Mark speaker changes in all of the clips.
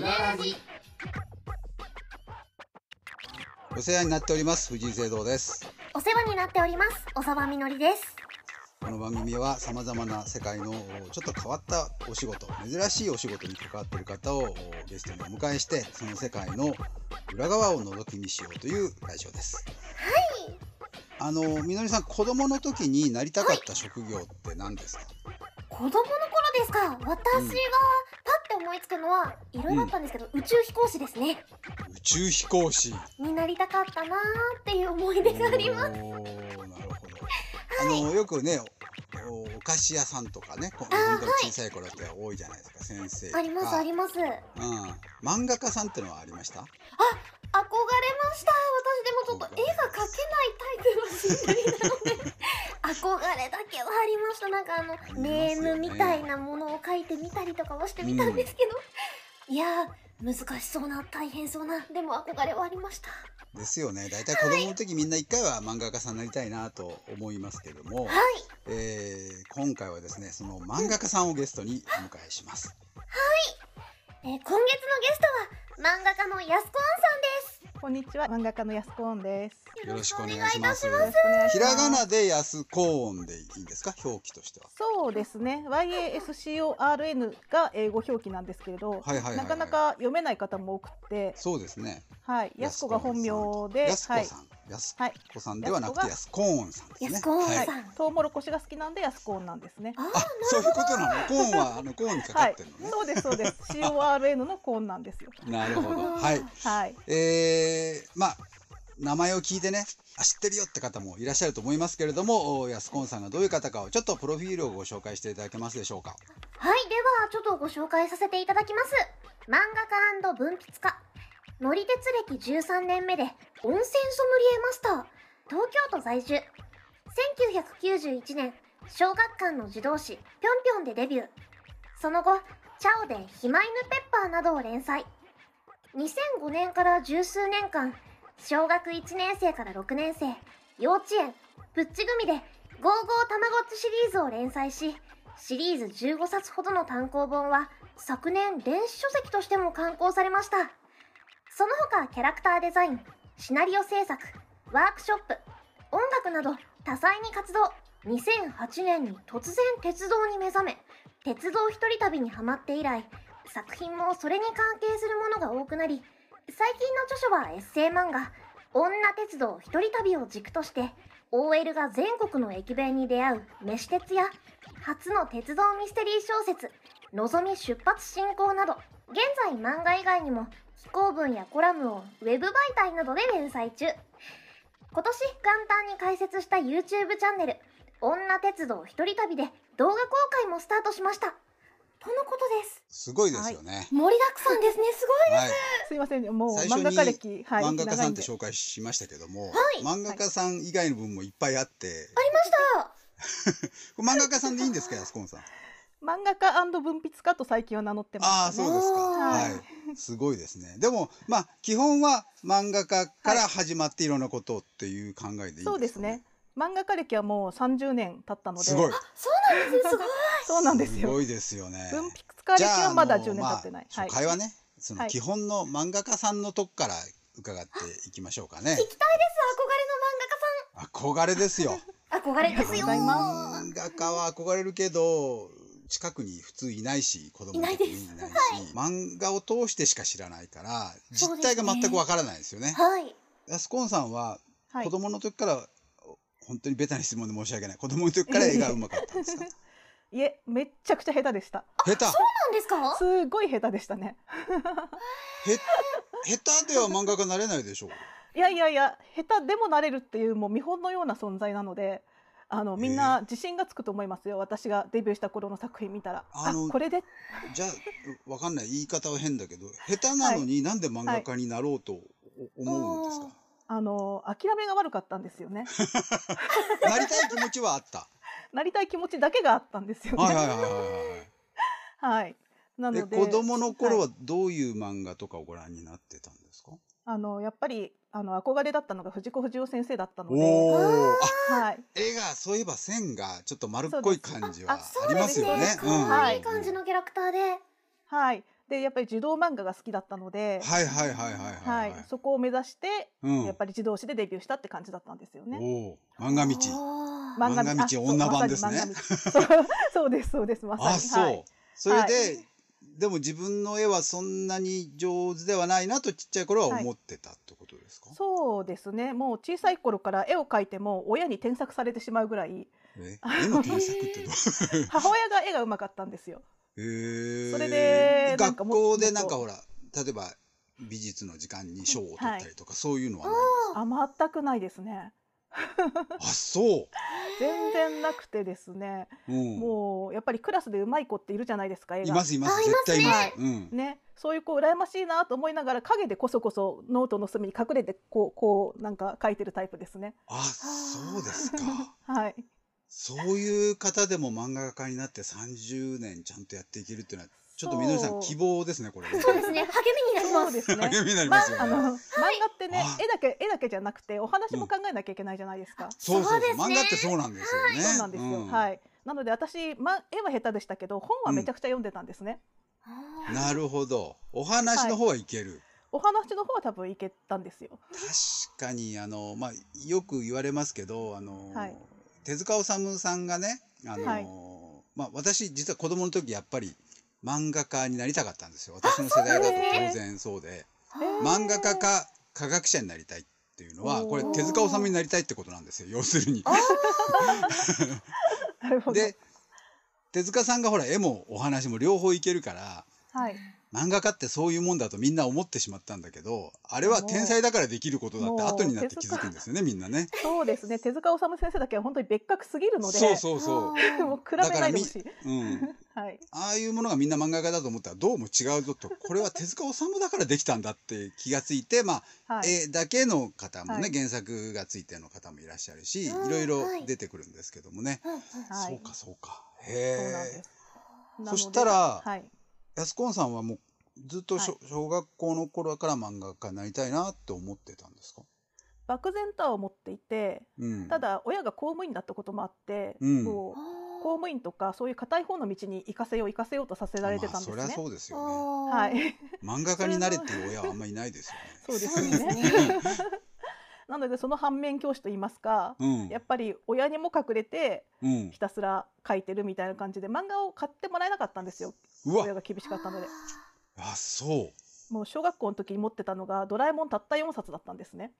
Speaker 1: ラジ
Speaker 2: お世話になっております藤井聖堂です
Speaker 1: お世話になっております小沢みのりです
Speaker 2: この番組はさまざまな世界のちょっと変わったお仕事珍しいお仕事に関わっている方をゲストにお迎えしてその世界の裏側を覗き見しようというラジオです
Speaker 1: はい
Speaker 2: あのみのりさん子供の時になりたかった職業って何です か、
Speaker 1: 子供の頃ですか私がパッて思いつくのはいろいろあったんですけど、宇宙飛行士ですね
Speaker 2: 宇宙飛行士
Speaker 1: になりたかったなーっていう思い出があります
Speaker 2: おーなるほど。あのよくね、おお菓子屋さんとかね、こ
Speaker 1: あー
Speaker 2: 本当に小さい頃って多いじゃないですか、先生とか。
Speaker 1: ありますあります憧れ
Speaker 2: うん。漫画家さんってのはありました？
Speaker 1: ました私でもちょっと絵が描けないタイプのしんど りなので憧れだけはありましたなんかあの
Speaker 2: りますよ
Speaker 1: ネ
Speaker 2: ね
Speaker 1: ームみたいなものを描いてみたりとかはしてみたんですけど、いやー難しそうな大変そうなでも憧れはありました
Speaker 2: ですよね。だいたい子供の時みんな一回は漫画家さんになりたいなと思いますけども、
Speaker 1: はい
Speaker 2: えー今回はですね、その漫画家さんをゲストにお迎えします。
Speaker 1: えー今月のゲストは漫画家のやすこあ
Speaker 3: こんにちは、漫画家のやすこんです。
Speaker 1: んさんです
Speaker 2: よろしくお願いします
Speaker 3: よ。ろしくお願いし
Speaker 2: ひ
Speaker 3: ます
Speaker 2: らがなで安高音でいいんですか？表記としては。
Speaker 3: そうですね、YASCORN が英語表記なんですけれど、
Speaker 2: はいはいはいはい
Speaker 3: なかなか読めない方も多くて、
Speaker 2: そうですね。
Speaker 3: はい、やすこが本名で、
Speaker 2: 安子
Speaker 3: はい、
Speaker 2: さん、安
Speaker 3: はい、
Speaker 2: 子さんではなくて安子音さんですね。
Speaker 1: 安子音さん、
Speaker 2: はい
Speaker 3: トウモロコシが好きなんでやすこんなんですね。
Speaker 1: あ
Speaker 2: あ、そういうことなの。コーンはあのコーンにかか
Speaker 3: は
Speaker 2: っ
Speaker 3: い
Speaker 2: てるの、ね。
Speaker 3: そうですそうです。CORN のコーンなん ですよ。
Speaker 2: なるほど。はい。
Speaker 3: はい、
Speaker 2: えー、まあ名前を聞いてね、あ知ってるよって方もいらっしゃると思いますけれども、お安コンさんがどういう方かをちょっとプロフィールをご紹介していただけますでしょうか。
Speaker 1: はい、ではちょっとご紹介させていただきます。漫画家文筆家、乗り鉄歴13年目で温泉ソムリエマスター、東京都在住。1991年、小学館の児童誌、ぴょんぴょんでデビュー。その後、チャオでヒマイヌペッパーなどを連載。2005年から十数年間、小学1年生から6年生、幼稚園、プッチ組で、ゴーゴーたまごっちシリーズを連載し、シリーズ15冊ほどの単行本は昨年電子書籍としても刊行されましたその他キャラクターデザインシナリオ制作ワークショップ音楽など多彩に活動2008年に突然鉄道に目覚め鉄道一人旅にハマって以来作品もそれに関係するものが多くなり最近の著書はエッセイ漫画「女鉄道一人旅」を軸として OL が全国の駅弁に出会う飯鉄や初の鉄道ミステリー小説「のぞみ出発進行」など現在漫画以外にも非公文やコラムをウェブ媒体などで連載中今年元旦に開設した YouTube チャンネル「女鉄道一人旅」で動画公開もスタートしましたとのことです
Speaker 2: すごいですよね。
Speaker 1: 盛りだくさんですねすごい
Speaker 2: はい。
Speaker 3: すいません、もう
Speaker 2: 最初
Speaker 3: 漫画
Speaker 2: に
Speaker 3: 家歴、はい、
Speaker 2: 漫画家
Speaker 3: 長
Speaker 2: さ
Speaker 3: い
Speaker 2: んっ
Speaker 3: ん
Speaker 2: て
Speaker 3: で。
Speaker 2: 紹介しましたけども、
Speaker 1: はい
Speaker 2: 漫画家さん以外の分もいっぱいあって、
Speaker 1: ありました
Speaker 2: これ漫画家さんでいいんですか、安コンさん。
Speaker 3: 漫画家文筆家と最近は名乗ってます、ね。
Speaker 2: ああー、そうですか。は
Speaker 3: はいい。
Speaker 2: すごいですね。でも、まあ、基本は漫画家から始まっていろんなことっていう考えでいいんですか、
Speaker 3: そうですね。。漫画家歴はもう30年経ったので。
Speaker 2: すごい。
Speaker 1: そうなんですねすごい
Speaker 3: そうなんです
Speaker 2: す
Speaker 3: よ。
Speaker 2: ごいですよね。
Speaker 3: 文筆家歴
Speaker 2: じゃあ
Speaker 3: はまだ
Speaker 2: あの
Speaker 3: 10年経ってない。
Speaker 2: まあ、初回はね、その
Speaker 3: はい
Speaker 2: 基本の漫画家さんのとこから伺っていきましょうかね
Speaker 1: 行。きたいです
Speaker 2: 憧れですよ。
Speaker 1: 憧れの漫画家さん憧れですよ
Speaker 3: ありがとうございま
Speaker 2: 漫画家は憧れるけど、近くに普通いないし、子供の時にいないし、漫画を通してしか知らないから、
Speaker 1: そ
Speaker 2: 実
Speaker 1: うですね
Speaker 2: 態が全くわからないですよね。
Speaker 1: はい
Speaker 2: ヤスコンさんは
Speaker 3: はい
Speaker 2: 子。供の時から、本当にベタな質問で申し訳ない。子供の時から絵が上手かったんです か
Speaker 3: いえ、めっちゃくちゃ下手でした。
Speaker 2: 下手
Speaker 1: なんですか
Speaker 3: すごい下手でしたね。
Speaker 2: へ下手では漫画家なれないでしょう。
Speaker 3: いやいやいや、下手でもなれるっていうもう見本のような存在なので、あのみん
Speaker 2: え
Speaker 3: な自信がつくと思いますよ。私がデビューした頃の作品見たら、
Speaker 2: あ
Speaker 3: あ
Speaker 2: の
Speaker 3: これで
Speaker 2: じゃあ、わかんない。言い方は変だけど、下手なのになんで漫画家になろうとお思うんですか、
Speaker 3: あの諦めが悪かったんです よね。
Speaker 2: なりたい気持ちはあった。
Speaker 3: なりたい気持ちだけがあったんですよね。
Speaker 2: はい
Speaker 3: は
Speaker 2: はい
Speaker 3: い。
Speaker 2: はいはい
Speaker 3: な
Speaker 2: はい。で、
Speaker 3: ので
Speaker 2: 子供の頃は
Speaker 3: は
Speaker 2: いどういう漫画とかをご覧になってたんですか、
Speaker 3: あのやっぱりあの憧れだったのが藤子不二雄先生だったので、
Speaker 2: おー。あ、
Speaker 3: はい。
Speaker 2: 絵が、そういえば線がちょっと丸っこい感じは
Speaker 3: あ
Speaker 2: ありますよね。
Speaker 1: か
Speaker 2: うん
Speaker 1: わいい感じのキャラクターで、
Speaker 3: はい。でやっぱり児童漫画が好きだったので、
Speaker 2: はいはいはいはい
Speaker 3: は
Speaker 2: はいいはい。
Speaker 3: そこを目指して、
Speaker 2: うん
Speaker 3: やっぱり児童誌でデビューしたって感じだったんですよね。
Speaker 2: おお、漫画道。
Speaker 1: おー
Speaker 2: ま漫画道
Speaker 3: あ
Speaker 2: 女版
Speaker 3: そう
Speaker 2: ですね
Speaker 3: まさに 漫画道そうそうですそうですまさに。
Speaker 2: あ、そう。
Speaker 3: はい
Speaker 2: それで、
Speaker 3: はい
Speaker 2: でも自分の絵はそんなに上手ではないなとちっちゃい頃は思ってたってことですか、
Speaker 3: そうですねもう小さい頃から絵を描いても親に添削されてしまうぐらい
Speaker 2: え絵の添削って どう
Speaker 3: 母親が絵がうまかったんですよ。
Speaker 2: へー
Speaker 3: それでなん
Speaker 2: 学
Speaker 3: かもっと
Speaker 2: 校でなんかほら、例えば美術の時間に賞を取ったりとか、そういうのはない
Speaker 3: あ全くないですね
Speaker 2: あ、そう。
Speaker 3: 全然なくてですね
Speaker 2: うん。
Speaker 3: もうやっぱりクラスでうまい子っているじゃないですか絵
Speaker 2: い
Speaker 3: が
Speaker 2: ま。すいます
Speaker 1: あい
Speaker 2: 絶
Speaker 1: ますね
Speaker 2: 対います。
Speaker 3: はい
Speaker 2: うん。
Speaker 3: ね、そういう子羨ましいなと思いながら陰でこそこそノートの隅に隠れてこうこうなんか書いてるタイプですね。
Speaker 2: あ、そう ですか。
Speaker 3: はい、
Speaker 2: そういう方でも漫画家になって30年ちゃんとやっていけるっていうのは、ちょっとみのりさ
Speaker 3: そ
Speaker 2: ん
Speaker 3: う
Speaker 2: 希望ですね、これね。
Speaker 1: そうですね。励みになりま
Speaker 3: そう
Speaker 1: す。
Speaker 3: です ね。
Speaker 2: 励みになり
Speaker 3: ま
Speaker 2: ま
Speaker 3: あ
Speaker 2: すよ
Speaker 3: あ
Speaker 2: ね。
Speaker 3: の漫画ってね
Speaker 2: あ
Speaker 3: 絵だけ絵だけじゃなくてお話も考えなきゃいけないじゃないですか。
Speaker 2: そうそうそう、
Speaker 1: そうですね
Speaker 2: 漫画ってそうなんですよね。
Speaker 3: そうなんですよ。はい。なので私、ま、絵は下手でしたけど本はめちゃくちゃ読んでたんですね。
Speaker 1: あー
Speaker 2: なるほど。お話の方はいける。
Speaker 3: お話の方は多分いけたんですよ。
Speaker 2: 確かに、あの、まあ、よく言われますけど、あの、
Speaker 3: はい
Speaker 2: 手塚治虫さんがね、あの、
Speaker 3: はい
Speaker 2: まあ、私、実は子供の時、やっぱり、漫画家になりたかったんですよ。私の世代だと当然そうで、
Speaker 3: え
Speaker 2: 漫画家か科学者になりたいっていうのは、これ、手塚治虫になりたいってことなんですよ。要するに。
Speaker 3: なるほど。
Speaker 2: で、手塚さんがほら、絵もお話も両方いけるから、
Speaker 3: はい。
Speaker 2: 漫画家ってそういうもんだとみんな思ってしまったんだけどあれは天才だからできることだって
Speaker 3: もう
Speaker 2: 後になって気づくんですよねみんなね。
Speaker 3: そうですね。手塚治虫先生だけは本当に別格すぎるので、
Speaker 2: そうそうそ
Speaker 3: もう
Speaker 1: あ
Speaker 3: 比べないでほしい。
Speaker 2: う、うん、
Speaker 3: はい。
Speaker 2: ああいうものがみんな漫画家だと思ったらどうも違うぞとこれは手塚治虫だからできたんだって気がついて、まあ
Speaker 3: はい。
Speaker 2: 絵だけの方もね、
Speaker 3: はい
Speaker 2: 原作がついての方もいらっしゃるしい
Speaker 1: うん
Speaker 2: ろいろ
Speaker 1: はい
Speaker 2: 出てくるんですけどもね、
Speaker 1: ーうんうん
Speaker 3: はい
Speaker 2: そうかそうか
Speaker 3: そうなん
Speaker 2: へ
Speaker 3: で
Speaker 2: え
Speaker 3: す。なので
Speaker 2: そしたら
Speaker 3: はい。
Speaker 2: 安子さんはもうずっと小,、小学校の頃から漫画家になりたいなって思ってたんですか、
Speaker 3: 漠然とは思っていて、
Speaker 2: うん、
Speaker 3: ただ親が公務員だったこともあって、
Speaker 2: うん
Speaker 3: こう公務員とかそういう硬い方の道に行かせよう行かせようとさせられてたんです
Speaker 2: まあ、そり
Speaker 3: ね
Speaker 2: ゃ。そうですよね。
Speaker 1: は。
Speaker 3: はいい。
Speaker 2: 漫画家になれっていう親はあんまいないですよね。
Speaker 3: そうで
Speaker 1: そう
Speaker 3: す
Speaker 1: です
Speaker 3: ね。
Speaker 1: ね。
Speaker 3: なのでその反面教師と言いますか、
Speaker 2: うん。
Speaker 3: やっぱり親にも隠れて
Speaker 2: うん
Speaker 3: ひ。たすら書いてるみたいな感じで漫画を買ってもらえなかったんですよ。
Speaker 2: う
Speaker 3: 親
Speaker 2: わ、
Speaker 3: が厳しかったので、
Speaker 2: あ、そ
Speaker 3: もう小学校の時に持ってたのがドラえもんたった4冊だったんですね。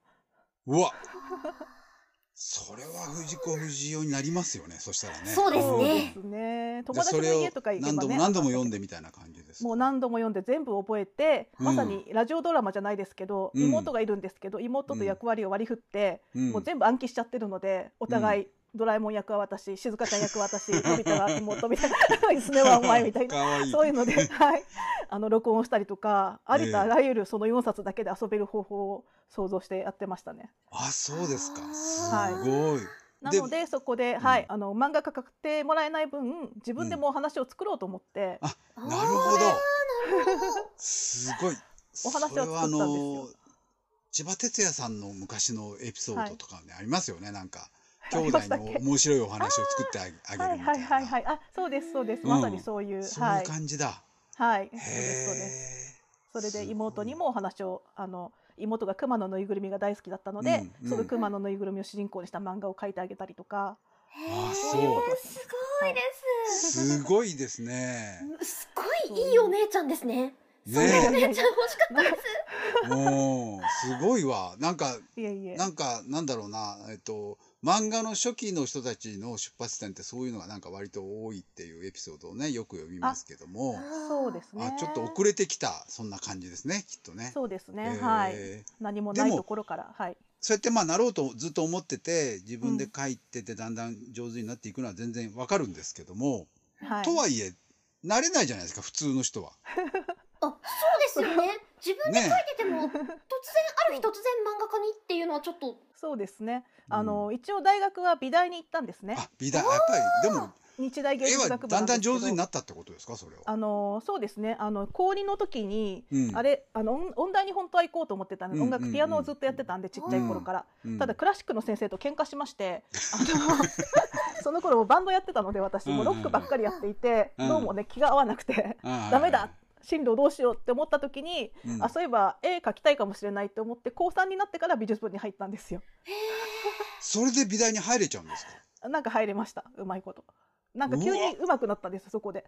Speaker 2: う。うわ。それは藤子不二雄になりますよね。そしたらね。
Speaker 1: そうですね
Speaker 3: そうですね。友達の家とか行けば
Speaker 2: 何
Speaker 3: ね
Speaker 2: 度も。何度も読んでみたいな感じです。
Speaker 3: もう何度も読んで全部覚えて、
Speaker 2: うん
Speaker 3: まさにラジオドラマじゃないですけど、
Speaker 2: うん
Speaker 3: 妹がいるんですけど妹と役割を割り振って、
Speaker 2: うん
Speaker 3: もう全部暗記しちゃってるのでお互い、ドラえもん役は私静香ちゃん役は 私のび太は妹みたいな 娘はお前みたいな
Speaker 2: かわいい。
Speaker 3: そういう ので、はい、あの録音したりとかありとあ
Speaker 2: ええ
Speaker 3: らゆるその4冊だけで遊べる方法を想像してやってましたね。
Speaker 2: あ、そうですか。す
Speaker 3: はい
Speaker 2: ごい。
Speaker 3: なのでそこで、はい
Speaker 2: うん
Speaker 3: あの漫画家買ってもらえない分自分でもう話を作ろうと思って、
Speaker 2: あ
Speaker 1: な
Speaker 2: なるほど。すごい。
Speaker 3: お話を作ったんですよ
Speaker 2: それはあの千葉哲也さんの昔のエピソードとかね、ありますよね。なんか兄弟の面白いお話を作ってあげあげ
Speaker 3: は
Speaker 2: る
Speaker 3: い
Speaker 2: みた
Speaker 3: はいい
Speaker 2: な。
Speaker 3: はいはい。あ、そうですそうです。
Speaker 2: うん
Speaker 3: まさにそういう、
Speaker 2: そう
Speaker 3: はいいう
Speaker 2: 感じだ。
Speaker 3: はい。そう
Speaker 2: へ
Speaker 3: ですそうです。
Speaker 2: え。
Speaker 3: それ
Speaker 2: すご
Speaker 3: で
Speaker 2: い
Speaker 3: 妹にもお話をあの妹が熊のぬいぐるみが大好きだったので、
Speaker 2: うんうん
Speaker 3: その熊のぬいぐるみを主人公にした漫画を描いてあげたりとか、
Speaker 2: あ
Speaker 1: す
Speaker 2: そう
Speaker 1: ごいです。
Speaker 2: すごいですね。
Speaker 1: すっごいいいお姉ちゃんですね。
Speaker 3: う
Speaker 1: お
Speaker 3: です
Speaker 2: ね
Speaker 1: 姉ちゃん欲しかったです。
Speaker 2: え、もうすごいわ。なんか
Speaker 3: いえいえ。
Speaker 2: なんかなんだろうな、えっと漫画の初期の人たちの出発点ってそういうのがなんか割と多いっていうエピソードをねよく読みますけども、
Speaker 3: そうですね
Speaker 2: あ。ちょっと遅れてきたそんな感じですねきっとね。
Speaker 3: そうですね。
Speaker 2: えー
Speaker 3: はい。何もな
Speaker 2: で
Speaker 3: い
Speaker 2: も
Speaker 3: ところから、はい。
Speaker 2: そうやってまあなろうとずっと思ってて自分で書いててだんだん上手になっていくのは全然わかるんですけども、
Speaker 3: はい。
Speaker 2: とはいえ慣れないじゃないですか普通の人は。
Speaker 1: あ、そうですよね。自分で
Speaker 2: ね
Speaker 1: 書いてても、突然、ある日突然漫画家にっていうのはちょっと、
Speaker 3: そうですね。あの、一応大学は美大に行ったんですね。
Speaker 2: あ美大あやっぱりでも
Speaker 3: 日大芸
Speaker 2: 絵
Speaker 3: 術
Speaker 2: は
Speaker 3: 学部
Speaker 2: だんだん上手に
Speaker 3: な
Speaker 2: なん
Speaker 3: です
Speaker 2: ったってことですかそれ
Speaker 3: けど
Speaker 2: は。
Speaker 3: あのそうですね。あの高二の時に、
Speaker 2: うん
Speaker 3: あれあの音音大に本当は行こうと思ってたの、
Speaker 2: うん
Speaker 3: 音楽ピアノをずっとやってたんで、ちっちゃい頃から、
Speaker 2: うん
Speaker 3: ただクラシックの先生と喧嘩しま して、あのその頃もバンドやってたので私もうロックばっかりやっていて、
Speaker 2: うん
Speaker 3: どうもね気が合わなくて、
Speaker 2: あー
Speaker 3: ダメだ進路どうしようって思った時に、
Speaker 2: うん
Speaker 3: あそういえば絵描きたいかもしれないと思って高3になってから美術部に入ったんですよ
Speaker 2: それで美大に入れちゃうんですか
Speaker 3: なんか入れましたうまいことなんか急に上手くなったんですそこで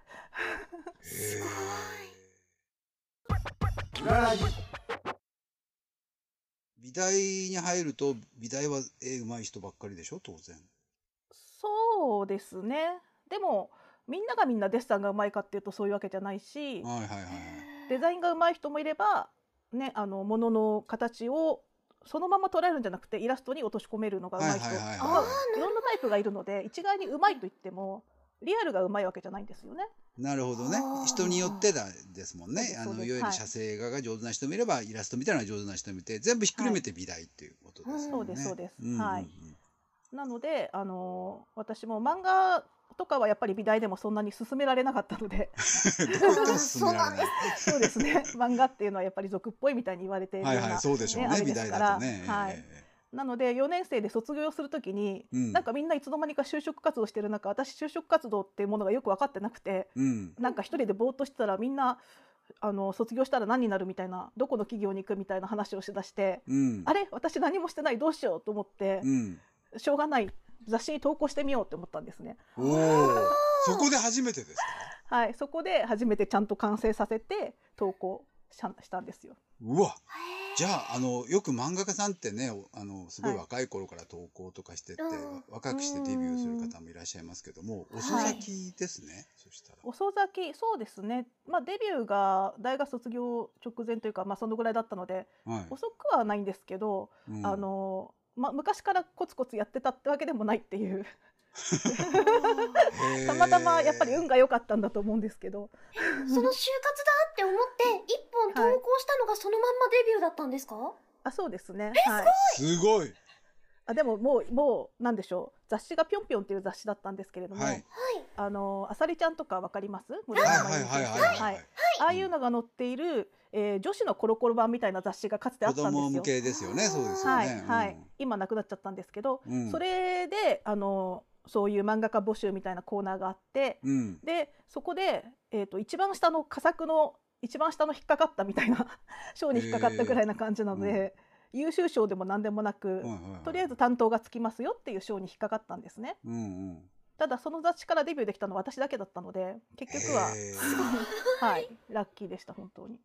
Speaker 2: す
Speaker 1: ごい
Speaker 2: 美大に入ると美大は絵うまい人ばっかりでしょ当然
Speaker 3: そうですねでもみんながみんなデッサンがうまいかっていうとそういうわけじゃないし
Speaker 2: はいはいはいはい
Speaker 3: デザインがうまい人もいればねあの物の形をそのまま捉えるんじゃなくてイラストに落とし込めるのがうまい人
Speaker 2: はいはいはいはい
Speaker 3: とかいろんなタイプがいるので一概にうまいと言ってもリアルがうまいわけじゃないんですよね。
Speaker 2: なるほどね
Speaker 1: あー
Speaker 2: 人によってだですもんねあ
Speaker 3: そうですそ
Speaker 2: のいわ
Speaker 3: うです
Speaker 2: ゆ
Speaker 3: は
Speaker 2: る
Speaker 3: い
Speaker 2: 写生画が上手な人もいればイラストみたいなのが上手な人もいて全部ひっくるめて美大っていうことですもんね、
Speaker 3: はいそうですそうです
Speaker 2: んんん
Speaker 3: はいなのであの私も漫画とかはやっぱり美大でもそんなに勧められなかった ので
Speaker 2: どうして進められない
Speaker 3: そうですね漫画っていうのはやっぱり俗っぽいみたいに言われているよ
Speaker 2: は
Speaker 3: う
Speaker 2: い
Speaker 3: な、
Speaker 2: はいそうでしょうね
Speaker 3: ねあれ
Speaker 2: 美
Speaker 3: です
Speaker 2: 大
Speaker 3: か
Speaker 2: だ
Speaker 3: ら
Speaker 2: とね、
Speaker 3: はい
Speaker 2: え
Speaker 3: なので4年生で卒業するときに、
Speaker 2: うん
Speaker 3: なんかみんないつの間にか就職活動してる中私就職活動っていうものがよく分かってなくて
Speaker 2: えうん
Speaker 3: なんか一人でぼーっとしてたらみんなあの卒業したら何になるみたいなどこの企業に行くみたいな話をしだして、
Speaker 2: うん
Speaker 3: あれ私何もしてないどうしようと思って
Speaker 2: う、ん
Speaker 3: しょうがない雑誌に投稿してみようって思ったんですね。
Speaker 2: おおそこで初めてですか
Speaker 3: はい、そこで初めてちゃんと完成させて投稿したしたんですよ。
Speaker 2: うわじゃああのよく漫画家さんってねおあのすごい
Speaker 3: はい
Speaker 2: 若い頃から投稿とかしてて、
Speaker 1: うん
Speaker 2: 若くしてデビューする方もいらっしゃいますけども遅咲きですね、そしたら。
Speaker 3: 遅咲きそうですね、まあ、デビューが大学卒業直前というか、まあ、そのぐらいだったので
Speaker 2: はい
Speaker 3: 遅くはないんですけど、
Speaker 2: うん
Speaker 3: あのまあ、昔からコツコツやってたってわけでもないっていう
Speaker 2: へー
Speaker 3: たまたまやっぱり運が良かったんだと思うんですけど
Speaker 1: その就活だって思って一本投稿したのがそのまんまデビューだったんですか、
Speaker 3: あそうですね、はい、
Speaker 2: すごい
Speaker 3: あでももうもうなんでしょう雑誌が「ぴょんぴょん」っていう雑誌だったんですけれども、
Speaker 2: はい
Speaker 1: はい。
Speaker 3: あのあさりちゃんとかわかります
Speaker 2: は
Speaker 3: 森
Speaker 2: い
Speaker 3: 山
Speaker 2: はい
Speaker 3: 由美
Speaker 2: はい
Speaker 3: 選手
Speaker 2: はい
Speaker 3: は
Speaker 2: はい
Speaker 3: いああいうのが載っている、えー女子のコロコロ版みたいな雑誌がかつてあ
Speaker 2: 子
Speaker 3: ったんですよ。
Speaker 2: 供向けですよねそうですよ
Speaker 3: は
Speaker 2: ね
Speaker 3: い、はい、今なくなっちゃったんですけど、
Speaker 2: うん
Speaker 3: それであのそういう漫画家募集みたいなコーナーがあって、
Speaker 2: うんうん
Speaker 3: でそこで、えー、と一番下の佳作の一番下の引っかかったみたいな 賞に引っかかったぐらいな感じなので、優秀賞でも何でもなく、
Speaker 2: はいはいはい
Speaker 3: とりあえず担当がつきますよっていう賞に引っかかったんですね。
Speaker 2: うんうん
Speaker 3: ただその雑誌からデビューできたのは私だけだったので結局は、
Speaker 2: へー
Speaker 3: はい、ラッキーでした本当に。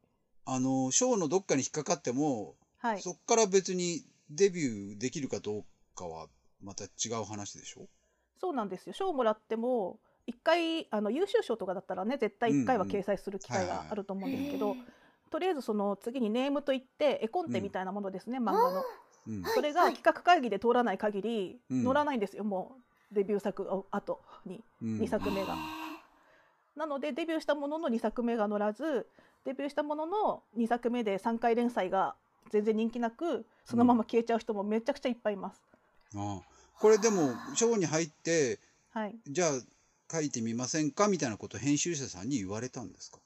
Speaker 2: あのショーのどっかに引っかかっても
Speaker 3: はい、
Speaker 2: そっから別にデビューできるかどうかはまた違う話でしょ
Speaker 3: そうなんですよ賞をもらっても一回あの優秀賞とかだったらね絶対1回は
Speaker 2: うんうん
Speaker 3: 掲載する機会があると思うんですけど、
Speaker 1: へー
Speaker 3: とりあえずその次にネームといって絵コンテみたいなものですね、漫画の。
Speaker 2: うん
Speaker 1: はい
Speaker 3: それが企画会議で通らない限り、
Speaker 2: うん
Speaker 3: 乗らないんですよもうデビュー作を後に。
Speaker 2: うん
Speaker 3: 二作目がなのでデビューしたものの2作目が乗らずデビューしたものの2作目で3回連載が全然人気なくそのまま消えちゃう人もめちゃくちゃいっぱいいます。
Speaker 2: ああこれでもショーに入って
Speaker 3: はい
Speaker 2: じゃあ書いてみませんかみたいなこと編集者さんに言われたんですか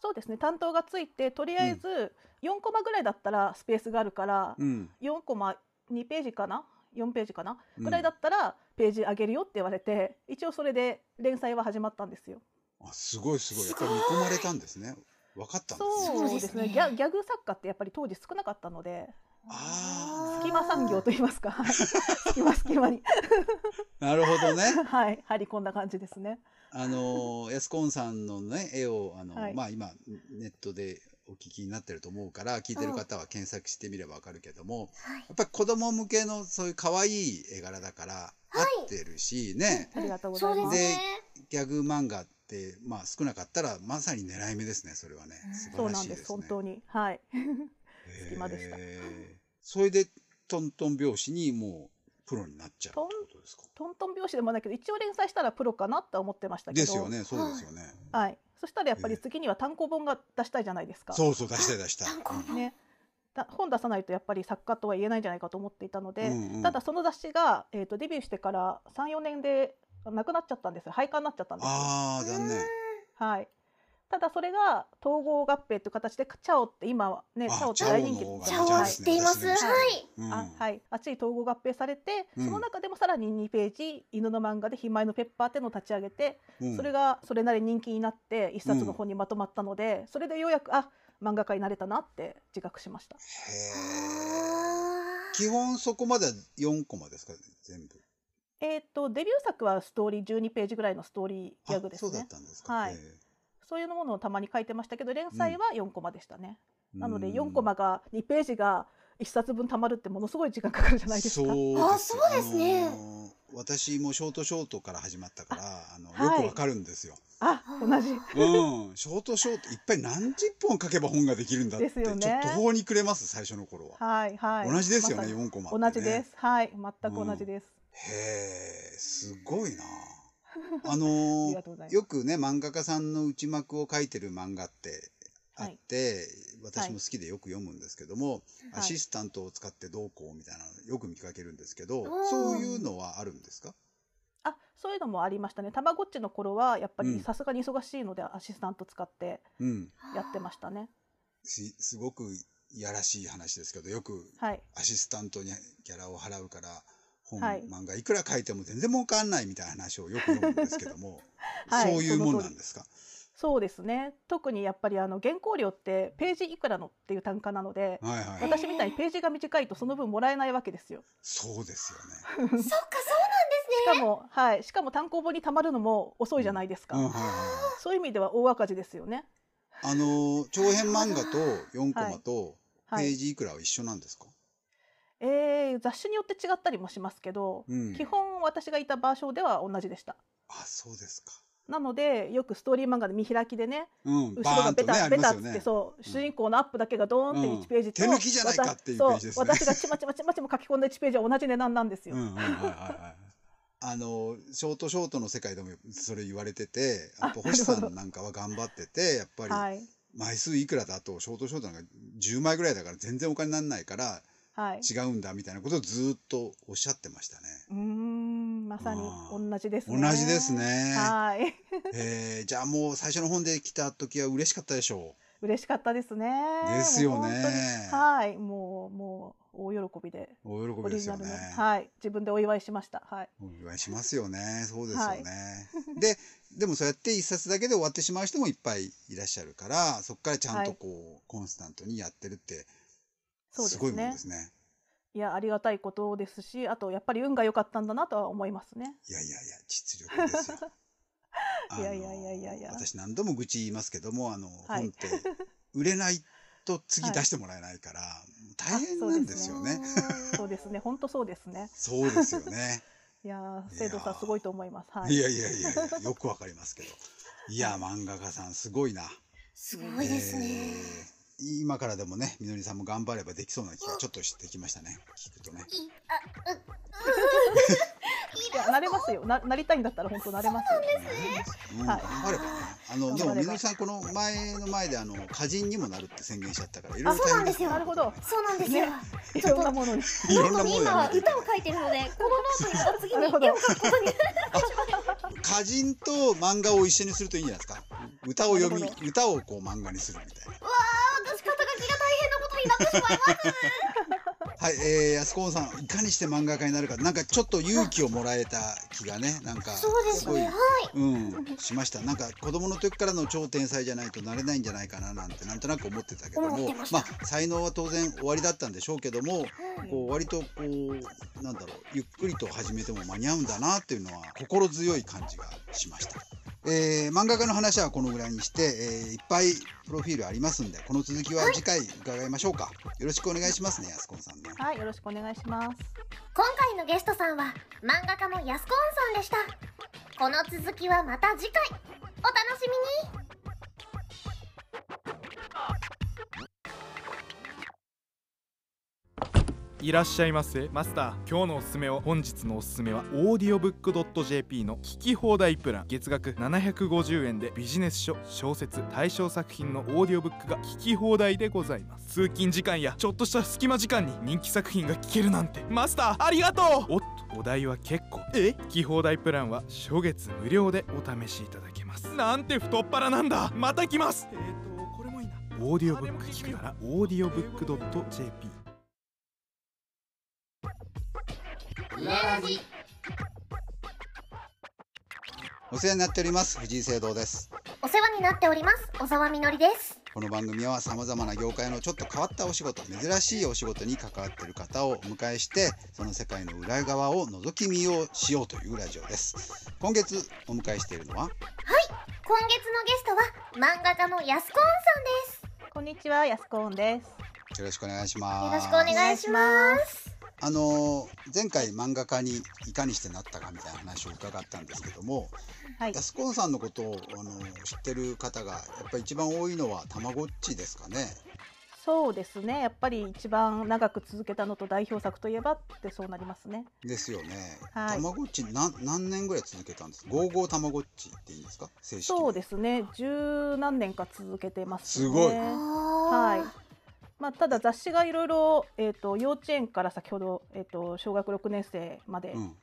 Speaker 3: そうですね担当がついてとりあえず4コマぐらいだったらスペースがあるから、
Speaker 2: うん
Speaker 3: 4コマ2ページかな4ページかな
Speaker 2: うん
Speaker 3: ぐらいだったらページ上げるよって言われて、一応それで連載は始まったんですよ。
Speaker 2: あすごいすごいやっぱり見込まれたんですね分かったんですね
Speaker 1: そ
Speaker 3: そうう
Speaker 1: で
Speaker 3: ですす
Speaker 1: ね
Speaker 3: ねギャギャグ作家ってやっぱり当時少なかったので
Speaker 2: あ
Speaker 3: 隙間産業と言いますかはい隙間隙間に
Speaker 2: あなるほどね
Speaker 3: はい張り込んだ感じですね。
Speaker 2: あのーエスコンさんのね絵をあの、
Speaker 3: はい
Speaker 2: まあ今ネットでお聞きになってると思うから聞いてる方は検索してみればわかるけども、
Speaker 1: はい
Speaker 2: やっぱり子供向けのそういう可愛い絵柄だから
Speaker 1: い
Speaker 2: 合ってるし、ね
Speaker 3: ありがとうござ
Speaker 1: そう
Speaker 3: い
Speaker 1: で
Speaker 3: ますす。
Speaker 1: ね。
Speaker 2: ギャグ漫画ってまあ少なかったらまさに狙い目ですねそれはね
Speaker 1: うん
Speaker 2: 素
Speaker 3: そ
Speaker 2: 晴
Speaker 3: う
Speaker 2: ら
Speaker 3: な
Speaker 2: し
Speaker 3: ん
Speaker 2: い
Speaker 3: で
Speaker 2: ですすね
Speaker 3: 本当にはい 隙間でした
Speaker 2: へーそれでトントン拍子にもうプロになっちゃうってことですか
Speaker 3: トントン拍子でもないけど一応連載したらプロかなとは思ってましたけど
Speaker 2: ですよねそうですよね、
Speaker 3: はい、そしたらやっぱり次には単行本が出したいじゃないですか。
Speaker 2: そうそう出したい出したい
Speaker 1: 参考本
Speaker 3: ね、だ本出さないとやっぱり作家とは言えないんじゃないかと思っていたので、
Speaker 2: うんうん
Speaker 3: ただその雑誌が、えー、とデビューしてから34年でなくなっちゃったんですよ廃刊になっちゃったんですよ。
Speaker 2: ああ残念
Speaker 3: はい、ただそれが統合合併という形でチャオって今はねチ
Speaker 2: あ
Speaker 3: ャオって
Speaker 2: チャオ
Speaker 3: 大人気
Speaker 2: の方が
Speaker 1: チ
Speaker 2: ね
Speaker 1: ャオは知っています。
Speaker 2: は
Speaker 1: はいい。
Speaker 2: うん
Speaker 3: あはい、あっちに統合合併されて、
Speaker 2: うん
Speaker 3: その中でもさらに2ページ「犬の漫画」で「ひまわりのペッパー」っていうのを立ち上げて、
Speaker 2: うん
Speaker 3: それがそれなりに人気になって一冊の本にまとまったので、それでようやくあ漫画家になれたなって自覚しました
Speaker 2: へえ。
Speaker 1: あー
Speaker 2: 基本そこまでは4コマですか全部。
Speaker 3: えー、とデビュー作はストーリー12ページぐらいのストーリーギャグ
Speaker 2: あ
Speaker 3: で
Speaker 2: そ
Speaker 3: す
Speaker 2: うだっ
Speaker 3: ね
Speaker 2: たんですか。
Speaker 3: はい
Speaker 2: へえ
Speaker 3: そういうものをたまに書いてましたけど連載は4コマでしたね、なので
Speaker 2: うん
Speaker 3: 4コマが2ページが1冊分たまるってものすごい時間かかるじゃないですか
Speaker 2: そう
Speaker 1: あそうですね
Speaker 2: あのー私もショートショートから始まったから、あの、
Speaker 3: はい
Speaker 2: よくわかるんですよ。
Speaker 3: あ同じ
Speaker 2: うん、ショートショートいっぱい何十本書けば本ができるんだって、
Speaker 3: ですよね
Speaker 2: ちょっと途方に暮れます最初の頃は。
Speaker 3: はいはい
Speaker 2: 同じですよ
Speaker 3: ま
Speaker 2: ね、
Speaker 3: さに
Speaker 2: 四コマってね。
Speaker 3: 同じです。はい、全く同じです。
Speaker 2: へえ、すごいな。あの
Speaker 3: あ
Speaker 2: ー
Speaker 3: りが とうございます。
Speaker 2: よくね漫画家さんの内幕を書いてる漫画ってあって、私も好きでよく読むんですけども、
Speaker 3: はい
Speaker 2: アシスタントを使ってどうこうみたいなのよく見かけるんですけど、
Speaker 1: おー
Speaker 2: そういうのはあるんですか
Speaker 3: あ、そういうのもありましたね。たまごっちの頃はやっぱ
Speaker 2: う
Speaker 3: り
Speaker 2: ん
Speaker 3: さすがに忙しいのでアシスタント使って
Speaker 2: うん
Speaker 3: やってましたね。
Speaker 2: しすごくいやらしい話ですけどよく
Speaker 3: はい。
Speaker 2: アシスタントにギャラを払うから本、
Speaker 3: はい
Speaker 2: 漫画いくら書いても全然儲かんないみたいな話をよく読むんですけども、
Speaker 3: はい
Speaker 2: そういうもんな
Speaker 3: その通
Speaker 2: ん
Speaker 3: り
Speaker 2: ですか
Speaker 3: そうですね。特にやっぱりあの原稿料ってページいくらのっていう単価なので、
Speaker 2: はいはい、
Speaker 1: え
Speaker 3: 私みたいにページが短いとその分もらえないわけですよ。
Speaker 2: そうですよね。
Speaker 1: そっか、そう
Speaker 3: しかも、はい。しかも単行本にたまるのも遅いじゃないですか。
Speaker 2: うんはいはいはい
Speaker 3: そういう意味では大赤字ですよね。
Speaker 2: あのー長編漫画と4コマと
Speaker 3: は
Speaker 2: ペー
Speaker 3: い。
Speaker 2: ジいくらは一緒なんですか、
Speaker 3: えー、雑種によって違ったりもしますけど、
Speaker 2: うん
Speaker 3: 基本私がいた場所では同じでした。
Speaker 2: あそうですか、
Speaker 3: なのでよくストーリー漫画で見開きでね
Speaker 2: うん、
Speaker 3: 後ろがベタ、
Speaker 2: あり
Speaker 3: ベ
Speaker 2: ます
Speaker 3: タっ
Speaker 2: よ
Speaker 3: つっ
Speaker 2: ね
Speaker 3: てそう主人公のアップだけがドーンって
Speaker 2: うん
Speaker 3: 1ページと、
Speaker 2: 手抜きじゃないかっていうページですね
Speaker 3: 私そう私がちまちまちまちま書き込んだ1ページは同じ値段なんですよ。
Speaker 2: うんうんはいはいはいあのーショートショートの世界でもそれ言われててやっぱ
Speaker 3: あ
Speaker 2: 星さ
Speaker 3: なるほ
Speaker 2: ん
Speaker 3: ど
Speaker 2: なんかは頑張っててやっぱり
Speaker 3: はい
Speaker 2: 枚数いくらだとショートショートなんか10枚ぐらいだから全然お金にならないから
Speaker 3: はい、
Speaker 2: 違うんだみたいなことをずーっとおっしゃってましたね。
Speaker 3: うーんまさに同じです
Speaker 2: 同
Speaker 3: ね。
Speaker 2: じです。ね。
Speaker 3: はい
Speaker 2: えー、じゃあもう最初の本で来た時は嬉しかったでしょ
Speaker 3: 嬉しかったですね。
Speaker 2: う。ですよ
Speaker 3: もう
Speaker 2: ね
Speaker 3: 本当に。はいもうもう大喜びで
Speaker 2: お喜
Speaker 3: オ
Speaker 2: びで
Speaker 3: リジ
Speaker 2: す
Speaker 3: ナ
Speaker 2: よ
Speaker 3: ルの、
Speaker 2: ね。
Speaker 3: はい自分でお祝いしました。はい
Speaker 2: お祝いしますよね。そうですよ
Speaker 3: は
Speaker 2: ね。で、でもそうやって一冊だけで終わってしまう人もいっぱいいらっしゃるから、そこからちゃんとこう、コンスタントにやってるって、
Speaker 3: そうですす
Speaker 2: ごいもん
Speaker 3: ね
Speaker 2: ですね。
Speaker 3: いやありがたいことですしあとやっぱり運が良かったんだなとは思いますね。
Speaker 2: いやいやいや、実力ですよ。あの
Speaker 3: いやいやいやいやいや
Speaker 2: 私何度も愚痴言いますけども、あの、
Speaker 3: はい
Speaker 2: 本って売れないと次
Speaker 3: はい
Speaker 2: 出してもらえないから、大変なんですよ
Speaker 1: なん
Speaker 2: ね。
Speaker 1: ですね。
Speaker 3: そうですね、本当そうですね。
Speaker 2: そうですよね。
Speaker 3: いやー、制度さんすごいと思い ます。はいい。
Speaker 2: やいやいやいや、よくわかりますけど。いや、漫画家さんすごいな。
Speaker 1: すごいですね。
Speaker 2: えー今からでもね、みのりさんも頑張ればできそうな気がちょっとしてきましたね。聞くとね。
Speaker 1: いあ、う、う、
Speaker 3: いや、なれますよ。な、なりたいんだったら、本当なれますよ。
Speaker 2: うん、
Speaker 3: は
Speaker 2: 頑
Speaker 3: い
Speaker 2: 張ればね。あの、
Speaker 3: 頑
Speaker 2: で
Speaker 3: 張れば
Speaker 2: もみのりさん、この前の前で、あの、歌人にもなるって宣言しちゃったから、いろい
Speaker 1: あ
Speaker 2: ろ
Speaker 1: そう
Speaker 2: 大
Speaker 1: な
Speaker 2: 変
Speaker 1: ん
Speaker 2: で
Speaker 1: ですす
Speaker 2: よ。
Speaker 1: よ
Speaker 3: なるほど。
Speaker 1: そうなんですよ。
Speaker 3: ねい
Speaker 1: ちょっ
Speaker 3: ろん
Speaker 1: と
Speaker 3: なものに。
Speaker 2: いろん
Speaker 1: ノ
Speaker 2: な
Speaker 1: ー
Speaker 2: も
Speaker 1: トに
Speaker 2: の
Speaker 1: 今
Speaker 2: やめ
Speaker 1: は
Speaker 2: ていけ
Speaker 1: 歌
Speaker 2: な
Speaker 1: を
Speaker 2: い
Speaker 1: 書いてるので、このノートにした次に
Speaker 3: な
Speaker 1: 絵
Speaker 3: るほ
Speaker 1: を
Speaker 3: ど
Speaker 1: 描くことに。
Speaker 2: 歌人と漫画を一緒にするといいんじゃないですか。歌を読み
Speaker 3: なるほ、
Speaker 2: 歌をこう漫画にするみたいな。
Speaker 1: うわあ、私肩書きが大変なことになってしまいます。
Speaker 2: はい、えー、安子さん、いかにして漫画家になるか、なんかちょっと勇気をもらえた気がね、なん か。
Speaker 1: そうです
Speaker 2: ごい
Speaker 1: ね。はい。
Speaker 2: うん、しました。なんか子供の時からの超天才じゃないとなれないんじゃないかななんてなんとなく思ってたけど
Speaker 1: 思っ
Speaker 2: も
Speaker 1: てま、した
Speaker 2: まあ才能は当然終わりだったんでしょうけども、こう割とこうなんだろうゆっくりと始めても間に合うんだなっていうのは心強い感じがしました。えー漫画家の話はこのぐらいにして、えーいっぱいプロフィールありますんで、この続きは次回伺いましょうか。よろしくお願いしますね、安子さんね。
Speaker 3: はい、よろしくお願いします。
Speaker 1: 今回のゲストさんは漫画家のやすこんさんでしたこの続きはまた次回お楽しみに
Speaker 4: いらっしゃいませマスター今日のおすすめを本日のおすすめはオーディオブックドット JP の聞き放題プラン月額750円でビジネス書小説対象作品のオーディオブックが聞き放題でございます通勤時間やちょっとした隙間時間に人気作品が聞けるなんてマスターありがとうおっとお代は結構え聞き放題プランは初月無料でお試しいただけますますなんて太っ腹なんだまた来ますえっ、とこれもいいなオーディオブック聞くならオーディオブックドット JP
Speaker 2: お世話になっております藤井聖堂です
Speaker 1: お世話になっております小沢みのりです
Speaker 2: この番組は様々な業界のちょっと変わったお仕事珍しいお仕事に関わっている方をお迎えしてその世界の裏側を覗き見をしようというラジオです今月お迎えしているのは
Speaker 1: 今月のゲストは漫画家のやすこんさんです
Speaker 5: こんにちは、やすこんです。
Speaker 2: よろしくお願いしま
Speaker 1: よ
Speaker 2: す
Speaker 1: ろしくお願いします
Speaker 2: あのー前回漫画家にいかにしてなったかみたいな話を伺ったんですけども、
Speaker 5: はい
Speaker 2: 安子さんのことを、あのー知ってる方がやっぱり一番多いのはたまごっちですかね。
Speaker 3: そうですねやっぱり一番長く続けたのと代表作といえばってそうなりますね
Speaker 2: ですよね。
Speaker 3: はい
Speaker 2: たまごっちなん何年ぐらい続けたんですか。ゴーゴーたまごっちっていいんですか正式に。
Speaker 3: そうですね十何年か続けてます、ね、
Speaker 2: すごい
Speaker 1: は
Speaker 3: はいまあ、ただ雑誌がいろいろ、えー、と幼稚園から先ほど、えー、と小学6年生まで、
Speaker 2: うん。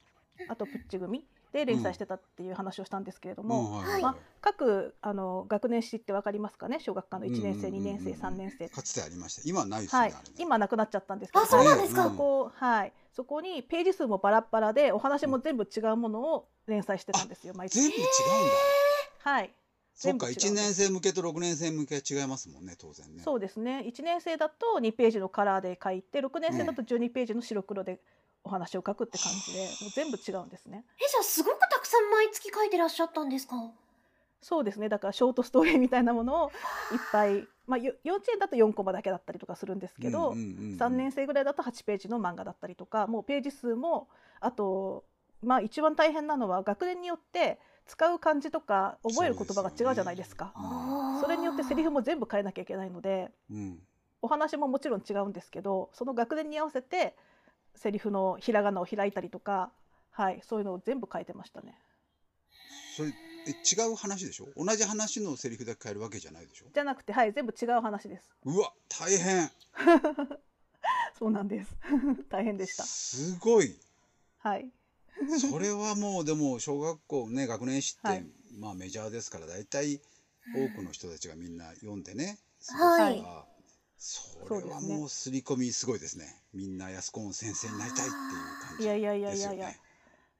Speaker 3: あとプッチ組で連載してたっていう話をしたんですけれど
Speaker 2: う
Speaker 3: も、
Speaker 2: んはい
Speaker 1: はい
Speaker 2: は
Speaker 3: まあ、各あの学年誌ってわかりますかね小学科の1年生
Speaker 2: うんうんう
Speaker 3: 2
Speaker 2: んうん
Speaker 3: 年生3年生
Speaker 2: い。かつてありました。今はないですね。
Speaker 3: はい
Speaker 2: あれね、
Speaker 3: 今なくなっちゃったんですけど
Speaker 1: あそうなんですか
Speaker 3: そこはい、そこにページ数もバラッバラでお話も全部違うものを連載してたんですよ毎
Speaker 2: 全
Speaker 3: 月
Speaker 2: 部違うんだ。
Speaker 3: はい
Speaker 2: そっ
Speaker 3: 全部
Speaker 2: か
Speaker 3: 違う
Speaker 2: 一年生向けと六年生向けは違いますもんね当然ね。
Speaker 3: そうですね1年生だと2ページのカラーで書いて6年生だと12ページの白黒でお話を書くって感じで、もう全部違うんですね
Speaker 1: えじゃあすごくたくさん毎月書いてらっしゃったんですか
Speaker 3: そうですねだからショートストーリーみたいなものをいっぱい、まあ、よ幼稚園だと4コマだけだったりとかするんですけど、
Speaker 2: うんうんうんうん
Speaker 3: 3年生ぐらいだと8ページの漫画だったりとかもうページ数もあと、まあ、一番大変なのは学年によって使う漢字とか覚える言葉が違うじゃないですか
Speaker 2: そうですよね
Speaker 3: それによってセリフも全部変えなきゃいけないので
Speaker 2: うん。
Speaker 3: お話ももちろん違うんですけどその学年に合わせてセリフのひらがなを開いたりとか、はい、そういうのを全部変えてましたね。
Speaker 2: それえ違う話でしょ同じ話のセリフだけ変えるわけじゃないでしょ
Speaker 3: じゃなくて、はい、全部違う話です。
Speaker 2: うわ大変
Speaker 3: そうなんです。 大変でした。
Speaker 2: すごい
Speaker 3: はい。
Speaker 2: それはもうでも小学校ね学年誌って、
Speaker 3: はい
Speaker 2: まあメジャーですから大体多くの人たちがみんな読んでね
Speaker 1: はい
Speaker 2: 過ごすからそれは
Speaker 3: そうです
Speaker 2: もう
Speaker 3: ね
Speaker 2: 刷り込みすごいですねみんな安子の先生になりたいっていう感じ
Speaker 3: いやいやいや
Speaker 2: で
Speaker 3: い
Speaker 2: す
Speaker 3: や
Speaker 2: よ
Speaker 3: いや
Speaker 2: ね。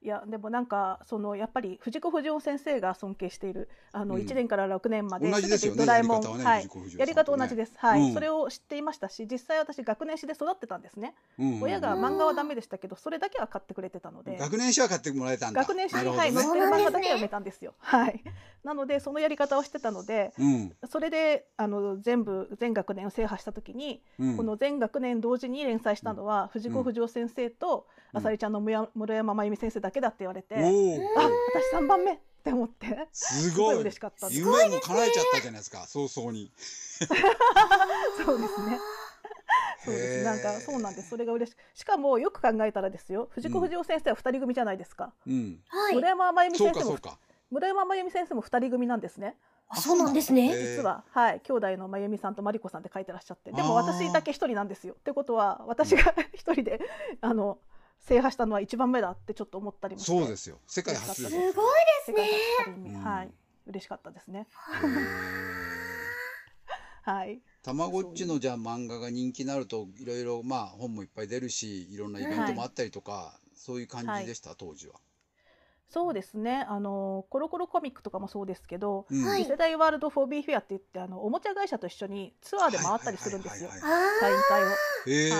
Speaker 3: いやでもなんかそのやっぱり藤子不二雄先生が尊敬しているあの
Speaker 2: うん
Speaker 3: 1年から6年まで
Speaker 2: 同じですよね
Speaker 3: 全てド
Speaker 2: やり方は
Speaker 3: ラえもん
Speaker 2: ね
Speaker 3: はい
Speaker 2: 藤子不二雄さんとね
Speaker 3: やり方同じですはい、
Speaker 2: うん
Speaker 3: それを知っていましたし実際私学年誌で育ってたんですね、
Speaker 2: うんうん
Speaker 3: 親が
Speaker 1: うん
Speaker 3: 漫画はダメでしたけどそれだけは買ってくれてたので
Speaker 2: 学年誌は買ってもらえたんだ
Speaker 3: 学年誌
Speaker 2: な
Speaker 3: に、
Speaker 2: るほど
Speaker 3: はい
Speaker 2: ね
Speaker 3: 載っ
Speaker 1: そう
Speaker 3: てる
Speaker 1: なんですね
Speaker 3: 漫画だけは埋めたんですよはいなのでそのやり方をしてたので
Speaker 2: うん
Speaker 3: それであの全部全学年を制覇した時に
Speaker 2: うん
Speaker 3: この全学年同時に連載したのは藤子不二雄先生と
Speaker 2: うん
Speaker 3: あさりちゃんのむや室山真由美先生だけだって言われて、あ
Speaker 2: おお
Speaker 3: 私3番目って思って
Speaker 2: す
Speaker 3: すご
Speaker 2: ご
Speaker 3: い
Speaker 2: い
Speaker 3: 嬉しかったです
Speaker 2: 夢も叶えちゃったじゃないですか早々に
Speaker 3: そうですねそうですなんかそうなんですそれが嬉しいしかもよく考えたらですよ藤子不二雄先生は2人組じゃないですか、
Speaker 2: うん
Speaker 1: はい
Speaker 3: 村山真由美
Speaker 2: そう
Speaker 3: 先
Speaker 2: か
Speaker 3: 生
Speaker 2: そ
Speaker 3: も
Speaker 2: うか
Speaker 3: 村山真由美先生も2人組なんですね
Speaker 1: あそうなんですね
Speaker 2: へー
Speaker 3: 実は、はい、兄弟の真由美さんと真理子さんって書いてらっしゃってでも
Speaker 2: あー
Speaker 3: 私だけ一人なんですよ。ってことは私が一人であの制覇したのは一番目だってちょっと思ったりもして
Speaker 2: そうですよ世界初です
Speaker 1: す
Speaker 2: よ
Speaker 1: ごいです
Speaker 3: 世
Speaker 1: ね
Speaker 3: 界初二人
Speaker 2: うん
Speaker 3: 目はい嬉しかったですね。はい、
Speaker 2: たまごっちのじゃあ漫画が人気になるといろいろまあ本もいっぱい出るしいろんなイベントもあったりとか、そういう感じでした、当時は。
Speaker 3: そうですねあのコロコロコミックとかもそうですけど、
Speaker 2: うん
Speaker 1: はい
Speaker 3: 次世代ワールド・フォー・ビーフェアって言ってあのおもちゃ会社と一緒にツアーで回ったりするんですよ
Speaker 2: はいはいはいは
Speaker 1: あ
Speaker 3: サイン会を。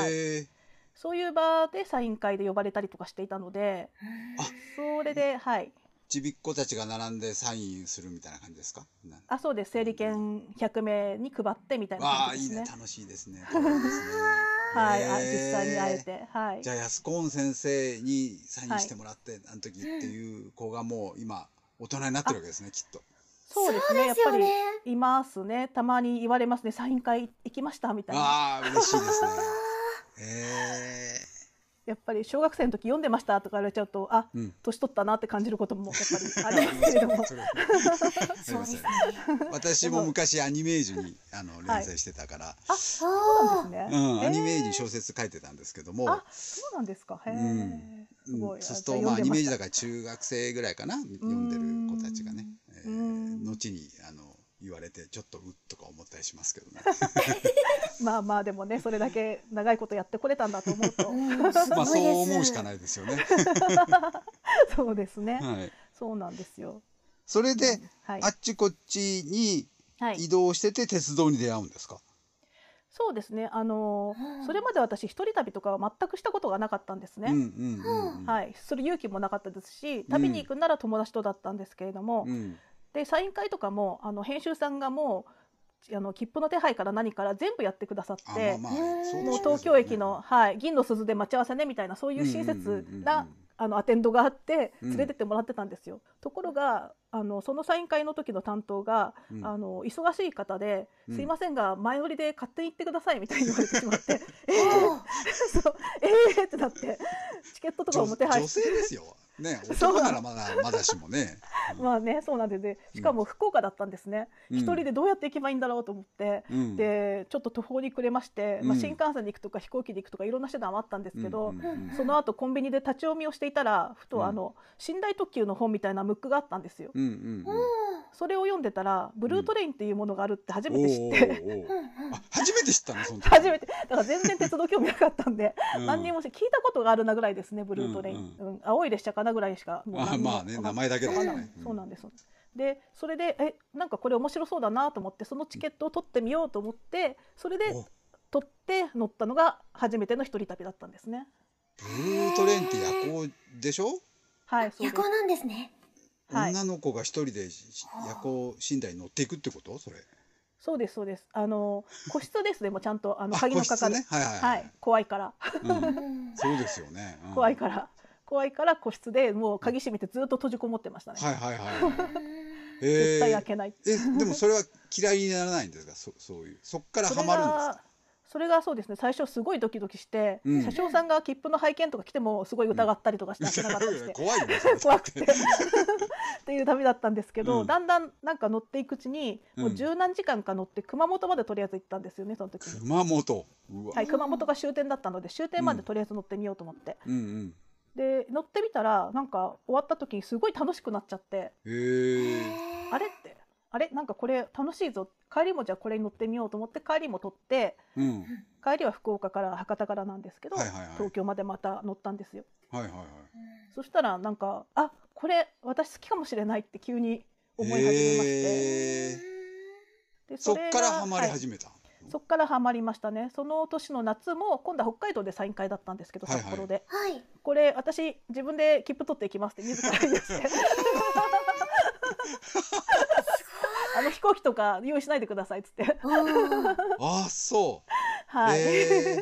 Speaker 2: いへえ
Speaker 3: そういう場でサイン会で呼ばれたりとかしていたので
Speaker 2: あ
Speaker 3: それではい
Speaker 2: ちびっ子たちが並んでサインするみたいな感じですかなん
Speaker 3: あそうです整理券100名に配ってみたいな
Speaker 2: わ
Speaker 3: 感
Speaker 2: あい
Speaker 3: じ
Speaker 2: い
Speaker 3: で
Speaker 2: ね
Speaker 3: すね。
Speaker 2: 楽しいですね。楽しいですね
Speaker 3: はい、あ
Speaker 2: へえ
Speaker 3: 実際に会えて、はい
Speaker 2: じ、ゃあ安コーン先生にサインしてもらって、あの時っていう子がもう今大人になってるわけですねきっと。
Speaker 3: そうです
Speaker 1: ー
Speaker 3: ね、
Speaker 1: で
Speaker 3: やっ
Speaker 1: す
Speaker 3: ぱ
Speaker 1: よ
Speaker 3: り
Speaker 1: ね
Speaker 3: いますね、たまに言われますね、サイン会行きましたみたいな、
Speaker 2: ああ嬉しいですね。へえ
Speaker 3: やっぱり小学生の時読んでましたとか言われちゃうと、あ、
Speaker 2: うん
Speaker 3: 年取ったなって感じることもやっぱりありますけれど
Speaker 2: 、
Speaker 3: も
Speaker 2: それ
Speaker 1: そうですね
Speaker 2: 私も昔アニメージュにあの連載してたから、
Speaker 1: そう
Speaker 3: ね、
Speaker 2: うん、アニメージ
Speaker 3: え
Speaker 2: ュ小説書いてたんですけども、
Speaker 3: あそうなんですか、へえ、
Speaker 2: うん
Speaker 3: すご
Speaker 2: うん
Speaker 3: い、あ
Speaker 2: そうする
Speaker 3: じゃ
Speaker 2: とまあアニメージュ
Speaker 3: 読んで
Speaker 2: だから中学生ぐらいかな読んでる子たちがね、ええー
Speaker 3: うん
Speaker 2: 後にあの言われてちょっとうっとか思ったりしますけど ね。
Speaker 3: まあまあでもねそれだけ長いことやってこれたんだと思 うと
Speaker 1: うん、すごいです。
Speaker 2: まあそう思うしかないですよ ね。
Speaker 3: そうですね、
Speaker 2: はい。
Speaker 3: そうなんですよ
Speaker 2: それで、
Speaker 3: はい
Speaker 2: あ、っちこっちに
Speaker 3: はい
Speaker 2: 移、動してて鉄道に出会うんですか。
Speaker 3: そうですねあのー
Speaker 1: うん
Speaker 3: それまで私一人旅とかは全くしたことがなかったんですね、
Speaker 2: うんうんうんうん。
Speaker 3: はい、する勇気もなかったですし旅に行くなら友達とだったんですけれども、
Speaker 2: うん。
Speaker 3: でサイン会とかもあの編集さんがもうあの切符の手配から何から全部やってくださっ
Speaker 2: あ
Speaker 3: て、
Speaker 2: まあまあそうでしょうね
Speaker 3: もう東京駅の、はい、銀の鈴で待ち合わせねみたいなそういう親切な、あのアテンドがあって
Speaker 2: うん
Speaker 3: 連れてってもらってたんですよ。ところがあのそのサイン会の時の担当が、
Speaker 2: うん
Speaker 3: あの忙しい方で、
Speaker 2: うん
Speaker 3: すいませんが前乗りで勝手に行ってくださいみたいに言われてしま って、えー、そうえー、ってなってチケットとかも手
Speaker 2: 女
Speaker 3: 配
Speaker 2: 女
Speaker 3: して
Speaker 2: 性ですよ。 ね、
Speaker 3: そう
Speaker 2: 男ならまだまだしも ね。
Speaker 3: まあねそうなんですねしかも福岡だったんですね。
Speaker 2: うん
Speaker 3: 一人でどうやって行けばいいんだろうと思って、
Speaker 2: うん
Speaker 3: でちょっと途方に暮れまして、まあ、
Speaker 2: うん
Speaker 3: 新幹線で行くとか飛行機で行くとかいろんな手段はあったんですけど、
Speaker 2: うんうん
Speaker 3: その後コンビニで立ち読みをしていたらふ
Speaker 2: うん
Speaker 3: とあの寝台特急の本みたいなムックがあったんですよ。
Speaker 2: うんうん
Speaker 1: うん
Speaker 3: それを読んでたらブルートレインっていうものがあるって
Speaker 2: う
Speaker 3: 初
Speaker 2: ん。
Speaker 3: めて知って。
Speaker 2: おーおーお
Speaker 1: う
Speaker 2: ー
Speaker 1: んうん
Speaker 2: あ初めて知ったのその時。
Speaker 3: 初めてだから全然鉄道興味なかったんで、
Speaker 2: うん
Speaker 3: 何にもし聞いたことがあるなぐらいですねブルートレイン、
Speaker 2: う
Speaker 3: うん青い列車かなぐらいしかもう
Speaker 2: あ
Speaker 3: 何にも
Speaker 2: まあね
Speaker 3: わか
Speaker 2: 名
Speaker 3: ん
Speaker 2: 前だけだ
Speaker 3: わ
Speaker 2: か
Speaker 3: かん
Speaker 2: ら
Speaker 3: な
Speaker 2: ね
Speaker 3: い。そうなん
Speaker 2: で
Speaker 3: ですそうなんですでそれでえなんかこれ面白そうだなと思ってそのチケットを取ってみようと思ってそれで取って乗ったのが初めての一人旅だったんですね
Speaker 2: ブルートレインって夜行でしょ？
Speaker 3: はいそう
Speaker 1: 夜
Speaker 3: です
Speaker 1: 行なんですね。
Speaker 3: はい
Speaker 2: 女の子が一人でし夜行寝台に乗っていくってこと？それ。
Speaker 3: そうですそうですあの個室ですでもちゃんとあの
Speaker 2: あ
Speaker 3: 鍵の
Speaker 2: 個
Speaker 3: かか
Speaker 2: 室
Speaker 3: る、
Speaker 2: ね。はいはい
Speaker 3: は
Speaker 2: はいい。
Speaker 3: 怖いから
Speaker 2: うん
Speaker 1: うん
Speaker 2: そうですよね。うん
Speaker 3: 怖いから怖いから個室でもう鍵閉めてずっと閉じこもってましたね、
Speaker 2: はいはいはい。えー
Speaker 3: 絶対開けない
Speaker 2: えでもそれは嫌いにならないんですかそそういうそっから
Speaker 3: そ
Speaker 2: ハ
Speaker 3: れ
Speaker 2: マるんですか
Speaker 3: がそれがそうですね最初すごいドキドキして、
Speaker 2: うん
Speaker 3: 車掌さんが切符の拝見とか来てもすごい疑ったりとかして開けなかったりして
Speaker 2: 怖いね それ
Speaker 3: 怖くてっていう旅だったんですけど、
Speaker 2: うん
Speaker 3: だんだんなんか乗っていくうちにもううん十何時間か乗って熊本までとりあえず行ったんですよねその時に。
Speaker 2: 熊本うわ、
Speaker 3: はい、熊本が終点だったので終点までとりあえず乗ってみようと思って、
Speaker 2: うんうん
Speaker 3: で乗ってみたらなんか終わった時にすごい楽しくなっちゃって
Speaker 2: へえ
Speaker 3: あれってあれなんかこれ楽しいぞ帰りもじゃあこれに乗ってみようと思って帰りも取って
Speaker 2: うん
Speaker 3: 帰りは福岡から博多からなんですけど、
Speaker 2: はいはいはい
Speaker 3: 東京までまた乗ったんですよ
Speaker 2: はいはいはい
Speaker 3: そしたらなんかあこれ私好きかもしれないって急に思い始めまして、
Speaker 2: へー
Speaker 3: で
Speaker 2: そ
Speaker 3: れ
Speaker 2: っ
Speaker 3: が
Speaker 2: からハマり
Speaker 3: はい
Speaker 2: 始めた、
Speaker 3: そっからハマりましたねその年の夏も今度は北海道でサイン会だったんですけど
Speaker 2: はいは
Speaker 3: 札
Speaker 2: い
Speaker 3: 幌で、
Speaker 1: はい。
Speaker 3: これ私自分で切符取っていきますって自ら言い 出してあの飛行機とか用意しないでくださいっつって
Speaker 1: おー
Speaker 2: ああそう
Speaker 3: はい、
Speaker 2: へ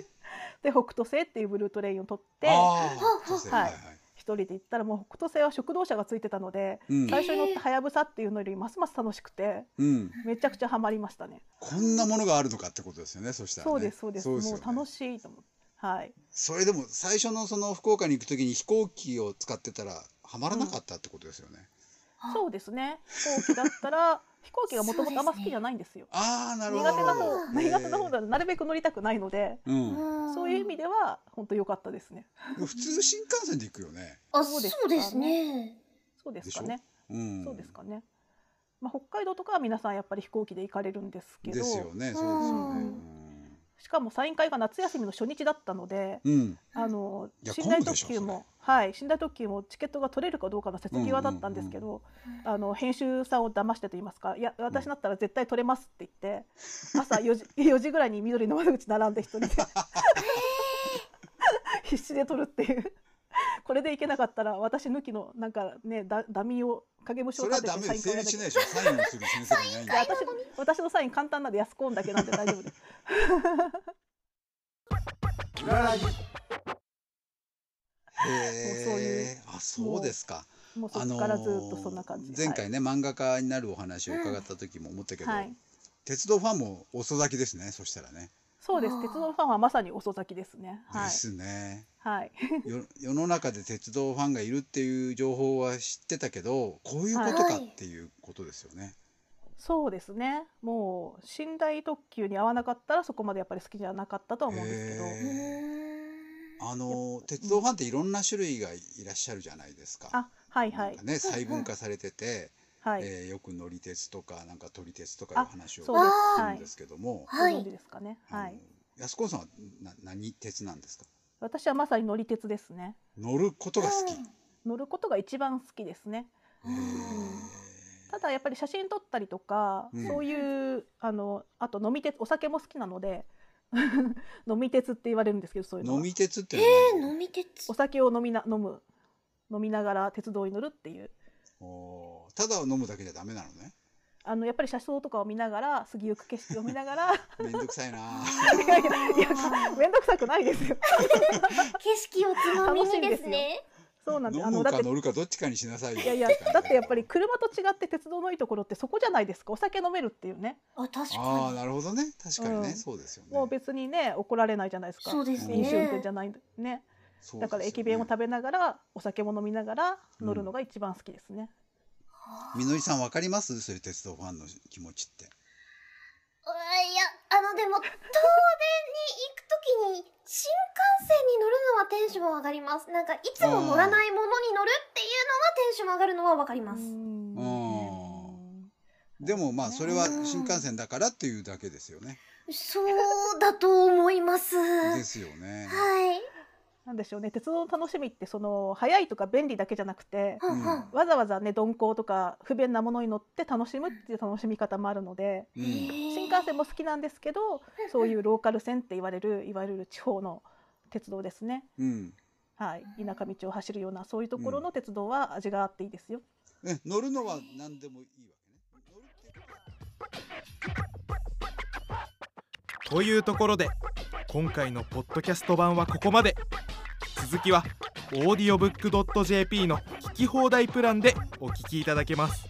Speaker 3: で北斗星っていうブルートレインを取って
Speaker 2: ああ
Speaker 1: は
Speaker 2: そう
Speaker 3: は
Speaker 2: はいいはい
Speaker 3: 一人で行ったらもう北斗星は食堂車がついてたので
Speaker 2: うん
Speaker 3: 最初に乗ったはやぶさっていうのよりますます楽しくて
Speaker 2: うん、
Speaker 3: めちゃくちゃハマりましたね
Speaker 2: こんなものがあるのかってことですよねそしたら、ね、
Speaker 3: そうですそうです
Speaker 2: よ
Speaker 3: も
Speaker 2: ね
Speaker 3: う楽しいと思うはい
Speaker 2: それでも最初のその福岡に行くときに飛行機を使ってたらハマらなかったってことですよね、
Speaker 1: あ
Speaker 3: そうですね飛行機だっ たら飛行機がもともとあんま好きじゃないんですよ
Speaker 2: ああなるほ
Speaker 3: 苦
Speaker 2: ど
Speaker 3: 手な方
Speaker 2: へー
Speaker 3: 苦手な方がなるべく乗りたくないので
Speaker 2: うん
Speaker 1: ん
Speaker 3: そういう意味では本当良かったですね。
Speaker 2: 普通新幹線で行くよね。
Speaker 1: あ、
Speaker 3: そ
Speaker 1: そうう
Speaker 3: ですかね
Speaker 1: ですね。
Speaker 3: そうですかね。
Speaker 2: うん、
Speaker 3: そうですかね。まあ北海道とかは皆さんやっぱり飛行機で行かれるんですけど、
Speaker 2: ですよね。そうですよね。
Speaker 3: しかもサイン会が夏休みの初日だったので、
Speaker 2: うん。うん
Speaker 3: あの
Speaker 2: いや
Speaker 3: 寝台
Speaker 2: 混むで
Speaker 3: 特
Speaker 2: しょ
Speaker 3: 急もはい寝台特急もチケットが取れるかどうかの瀬戸際だったんですけど、あの編集さんを騙してと言いますか、いや私だったら絶対取れますって言って、朝4時 4時ぐらいに緑の窓口並んで一人で 必死で取るっていう。これでいけなかったら私抜きのなんかねだダミーを影武者
Speaker 2: そ
Speaker 3: を
Speaker 2: れは
Speaker 3: 立て
Speaker 2: ダ
Speaker 3: て
Speaker 2: メで
Speaker 3: イン
Speaker 2: す。成立し
Speaker 3: やき
Speaker 2: ない
Speaker 3: ゃ
Speaker 2: でしょ。サインをする先生がいないんだ。
Speaker 3: 私私のサイン簡単なんで安コーンだけなんで大丈夫です。そうい
Speaker 2: へえ。あ、そうですか。
Speaker 3: もうそ
Speaker 2: あの
Speaker 3: こ
Speaker 2: ー
Speaker 3: からずっとそんな感じ。
Speaker 2: 前回ね、漫画家になるお話を伺った時も思ったけど
Speaker 3: はい、、はい、
Speaker 2: 鉄道ファンも遅咲きですね。そしたらね。
Speaker 3: そうです。鉄道ファンはまさに遅咲きですね。は
Speaker 2: で
Speaker 3: い
Speaker 2: すね。
Speaker 3: はい
Speaker 2: よ世の中で鉄道ファンがいるっていう情報は知ってたけど、こういうことかっていうことですよね。
Speaker 3: そうですねもう寝台特急に合わなかったらそこまでやっぱり好きじゃなかったとは思うんですけど、
Speaker 2: へ
Speaker 1: う
Speaker 2: え
Speaker 1: ん
Speaker 2: あの鉄道ファンっていろんな種類がいらっしゃるじゃないですか。
Speaker 3: あはいは
Speaker 2: なん
Speaker 3: い
Speaker 2: かね細分化されてて、
Speaker 3: はい、
Speaker 2: えーよく乗り鉄とかなんか撮り鉄とかいう話をす
Speaker 3: そうです
Speaker 1: あ。ー
Speaker 3: は
Speaker 2: るん
Speaker 3: い
Speaker 2: で。すけども、
Speaker 1: はい
Speaker 3: ご存知ですかね。は
Speaker 2: あ
Speaker 3: い
Speaker 2: の。安子さんはな何鉄なんですか
Speaker 3: 私はまさに乗り鉄ですね。
Speaker 2: 乗ることが好き、
Speaker 3: 乗ることが一番好きですね。
Speaker 1: うん
Speaker 3: ただやっぱり写真撮ったりとか、
Speaker 2: うん
Speaker 3: そういうあのあと飲み鉄お酒も好きなので 飲み鉄って言われるんですけどそう
Speaker 2: え
Speaker 3: い
Speaker 2: ー
Speaker 3: うのは
Speaker 2: 飲み鉄って
Speaker 1: え
Speaker 2: いうのは
Speaker 1: ー、
Speaker 2: 何
Speaker 1: 飲み鉄
Speaker 3: お酒を飲みな飲む飲みながら鉄道に乗るっていう
Speaker 2: おーただ飲むだけじゃダメなのね
Speaker 3: あのやっぱり車窓とかを見ながら過ぎゆく景色を見な がら
Speaker 2: めんどくさいな
Speaker 3: いやいやいや面倒くさくないですよ
Speaker 1: 景色をつまみにで
Speaker 3: 楽しいんですす
Speaker 1: ね
Speaker 3: よ そうなんです
Speaker 2: 飲
Speaker 3: あの
Speaker 2: む
Speaker 3: だっ
Speaker 2: か
Speaker 3: て
Speaker 2: 乗るかどっちかにしなさいよ
Speaker 3: いやいやだってやっぱり車と違って鉄道のいいところってそこじゃないですかお酒飲めるっていうね
Speaker 1: あ確
Speaker 2: ああ
Speaker 1: か
Speaker 2: なるほどね確かにね、
Speaker 3: うん
Speaker 2: そうですよね
Speaker 3: もう別にね怒られないじゃないですか
Speaker 1: そうです
Speaker 2: ね
Speaker 3: 飲酒運転じゃないんでね
Speaker 2: そうで
Speaker 3: だ
Speaker 2: すよ
Speaker 3: から
Speaker 2: ね
Speaker 3: 駅弁を食べながらお酒も飲みながら乗るのが一番好きですね。
Speaker 2: み
Speaker 1: に
Speaker 2: のりさんわかりますそういう鉄道ファンの気持ちって
Speaker 1: うわいやあのでも東電に行くときに新幹線に乗るのはテンション上がりますなんかいつも乗らないものに乗るっていうのはテンション上がるのはわかります、
Speaker 2: う
Speaker 3: うん
Speaker 2: んでもまあそれは新幹線だからっていうだけですよね
Speaker 1: そうだと思いますは
Speaker 2: ですよね
Speaker 1: い
Speaker 3: なんでしょうね鉄道の楽しみってその早いとか便利だけじゃなくて
Speaker 1: はんはん
Speaker 2: うん
Speaker 3: わざわざね鈍行とか不便なものに乗って楽しむっていう楽しみ方もあるので
Speaker 2: う
Speaker 1: へ
Speaker 2: ん
Speaker 1: ー
Speaker 3: 新幹線も好きなんですけどそういうローカル線って言われるいわゆる地方の鉄道ですね。
Speaker 2: うん
Speaker 3: はい、田舎道を走るようなそういうところの鉄道は味があっていいですよ。
Speaker 2: え乗るのは何でもいいわけね乗るっていうことは
Speaker 4: というところで今回のポッドキャスト版はここまで続きは audiobook.jp の聞き放題プランでお聞きいただけます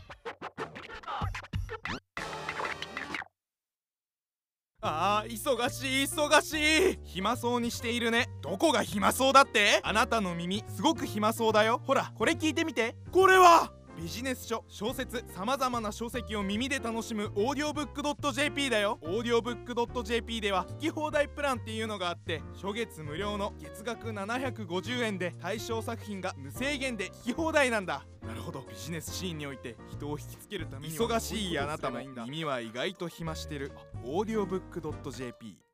Speaker 4: ああ忙しい忙しい暇そうにしているねどこが暇そうだってあなたの耳すごく暇そうだよほらこれ聞いてみてこれはビジネス書小説さまざまな書籍を耳で楽しむオーディオブックドット JP だよオーディオブックドット JP では聞き放題プランっていうのがあって初月無料の月額750円で対象作品が無制限で聞き放題なんだなるほどビジネスシーンにおいて人を引きつけるために忙しいあなたも耳は意外と暇してるオーディオブックドット JP